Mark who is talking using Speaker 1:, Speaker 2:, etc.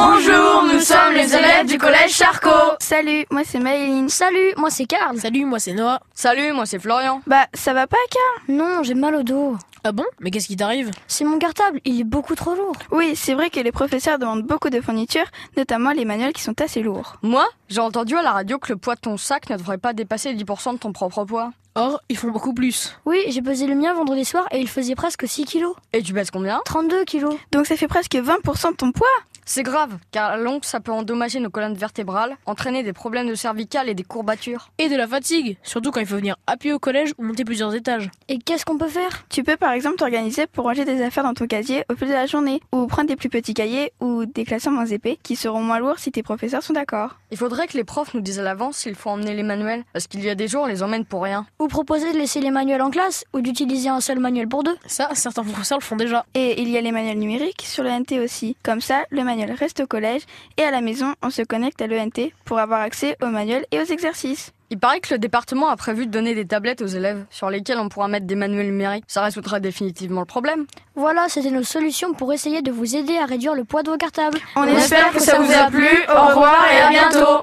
Speaker 1: Bonjour, nous sommes les élèves du collège Charcot.
Speaker 2: Salut, moi c'est Maëline.
Speaker 3: Salut, moi c'est Karl.
Speaker 4: Salut, moi c'est Noah.
Speaker 5: Salut, moi c'est Florian.
Speaker 2: Bah, ça va pas, Karl
Speaker 3: Non, j'ai mal au dos.
Speaker 4: Ah bon Mais qu'est-ce qui t'arrive
Speaker 3: C'est mon cartable, il est beaucoup trop lourd.
Speaker 2: Oui, c'est vrai que les professeurs demandent beaucoup de fournitures, notamment les manuels qui sont assez lourds.
Speaker 5: Moi, j'ai entendu à la radio que le poids de ton sac ne devrait pas dépasser 10% de ton propre poids.
Speaker 4: Or, ils font beaucoup plus.
Speaker 3: Oui, j'ai pesé le mien vendredi soir et il faisait presque 6 kilos.
Speaker 5: Et tu pèses combien
Speaker 3: 32 kilos.
Speaker 2: Donc ça fait presque 20% de ton poids
Speaker 5: C'est grave, car à la longue, ça peut endommager nos colonnes vertébrales, entraîner des problèmes de cervicales et des courbatures.
Speaker 4: Et de la fatigue, surtout quand il faut venir à pied au collège ou monter plusieurs étages.
Speaker 3: Et qu'est-ce qu'on peut faire
Speaker 2: Tu peux par exemple t'organiser pour ranger des affaires dans ton casier au plus de la journée, ou prendre des plus petits cahiers ou des classeurs moins épais qui seront moins lourds si tes professeurs sont d'accord.
Speaker 5: Il faudrait que les profs nous disent à l'avance s'il faut emmener les manuels, parce qu'il y a des jours, on les emmène pour rien.
Speaker 3: Ou proposer de laisser les manuels en classe ou d'utiliser un seul manuel pour deux.
Speaker 4: Ça, certains professeurs le font déjà.
Speaker 2: Et il y a les manuels numériques sur l'ENT aussi. Comme ça, le manuel reste au collège et à la maison, on se connecte à l'ENT pour avoir accès aux manuels et aux exercices.
Speaker 5: Il paraît que le département a prévu de donner des tablettes aux élèves sur lesquelles on pourra mettre des manuels numériques. Ça résoudra définitivement le problème.
Speaker 3: Voilà, c'était nos solutions pour essayer de vous aider à réduire le poids de vos cartables.
Speaker 1: On, espère que ça vous a plu. Au revoir et à bientôt.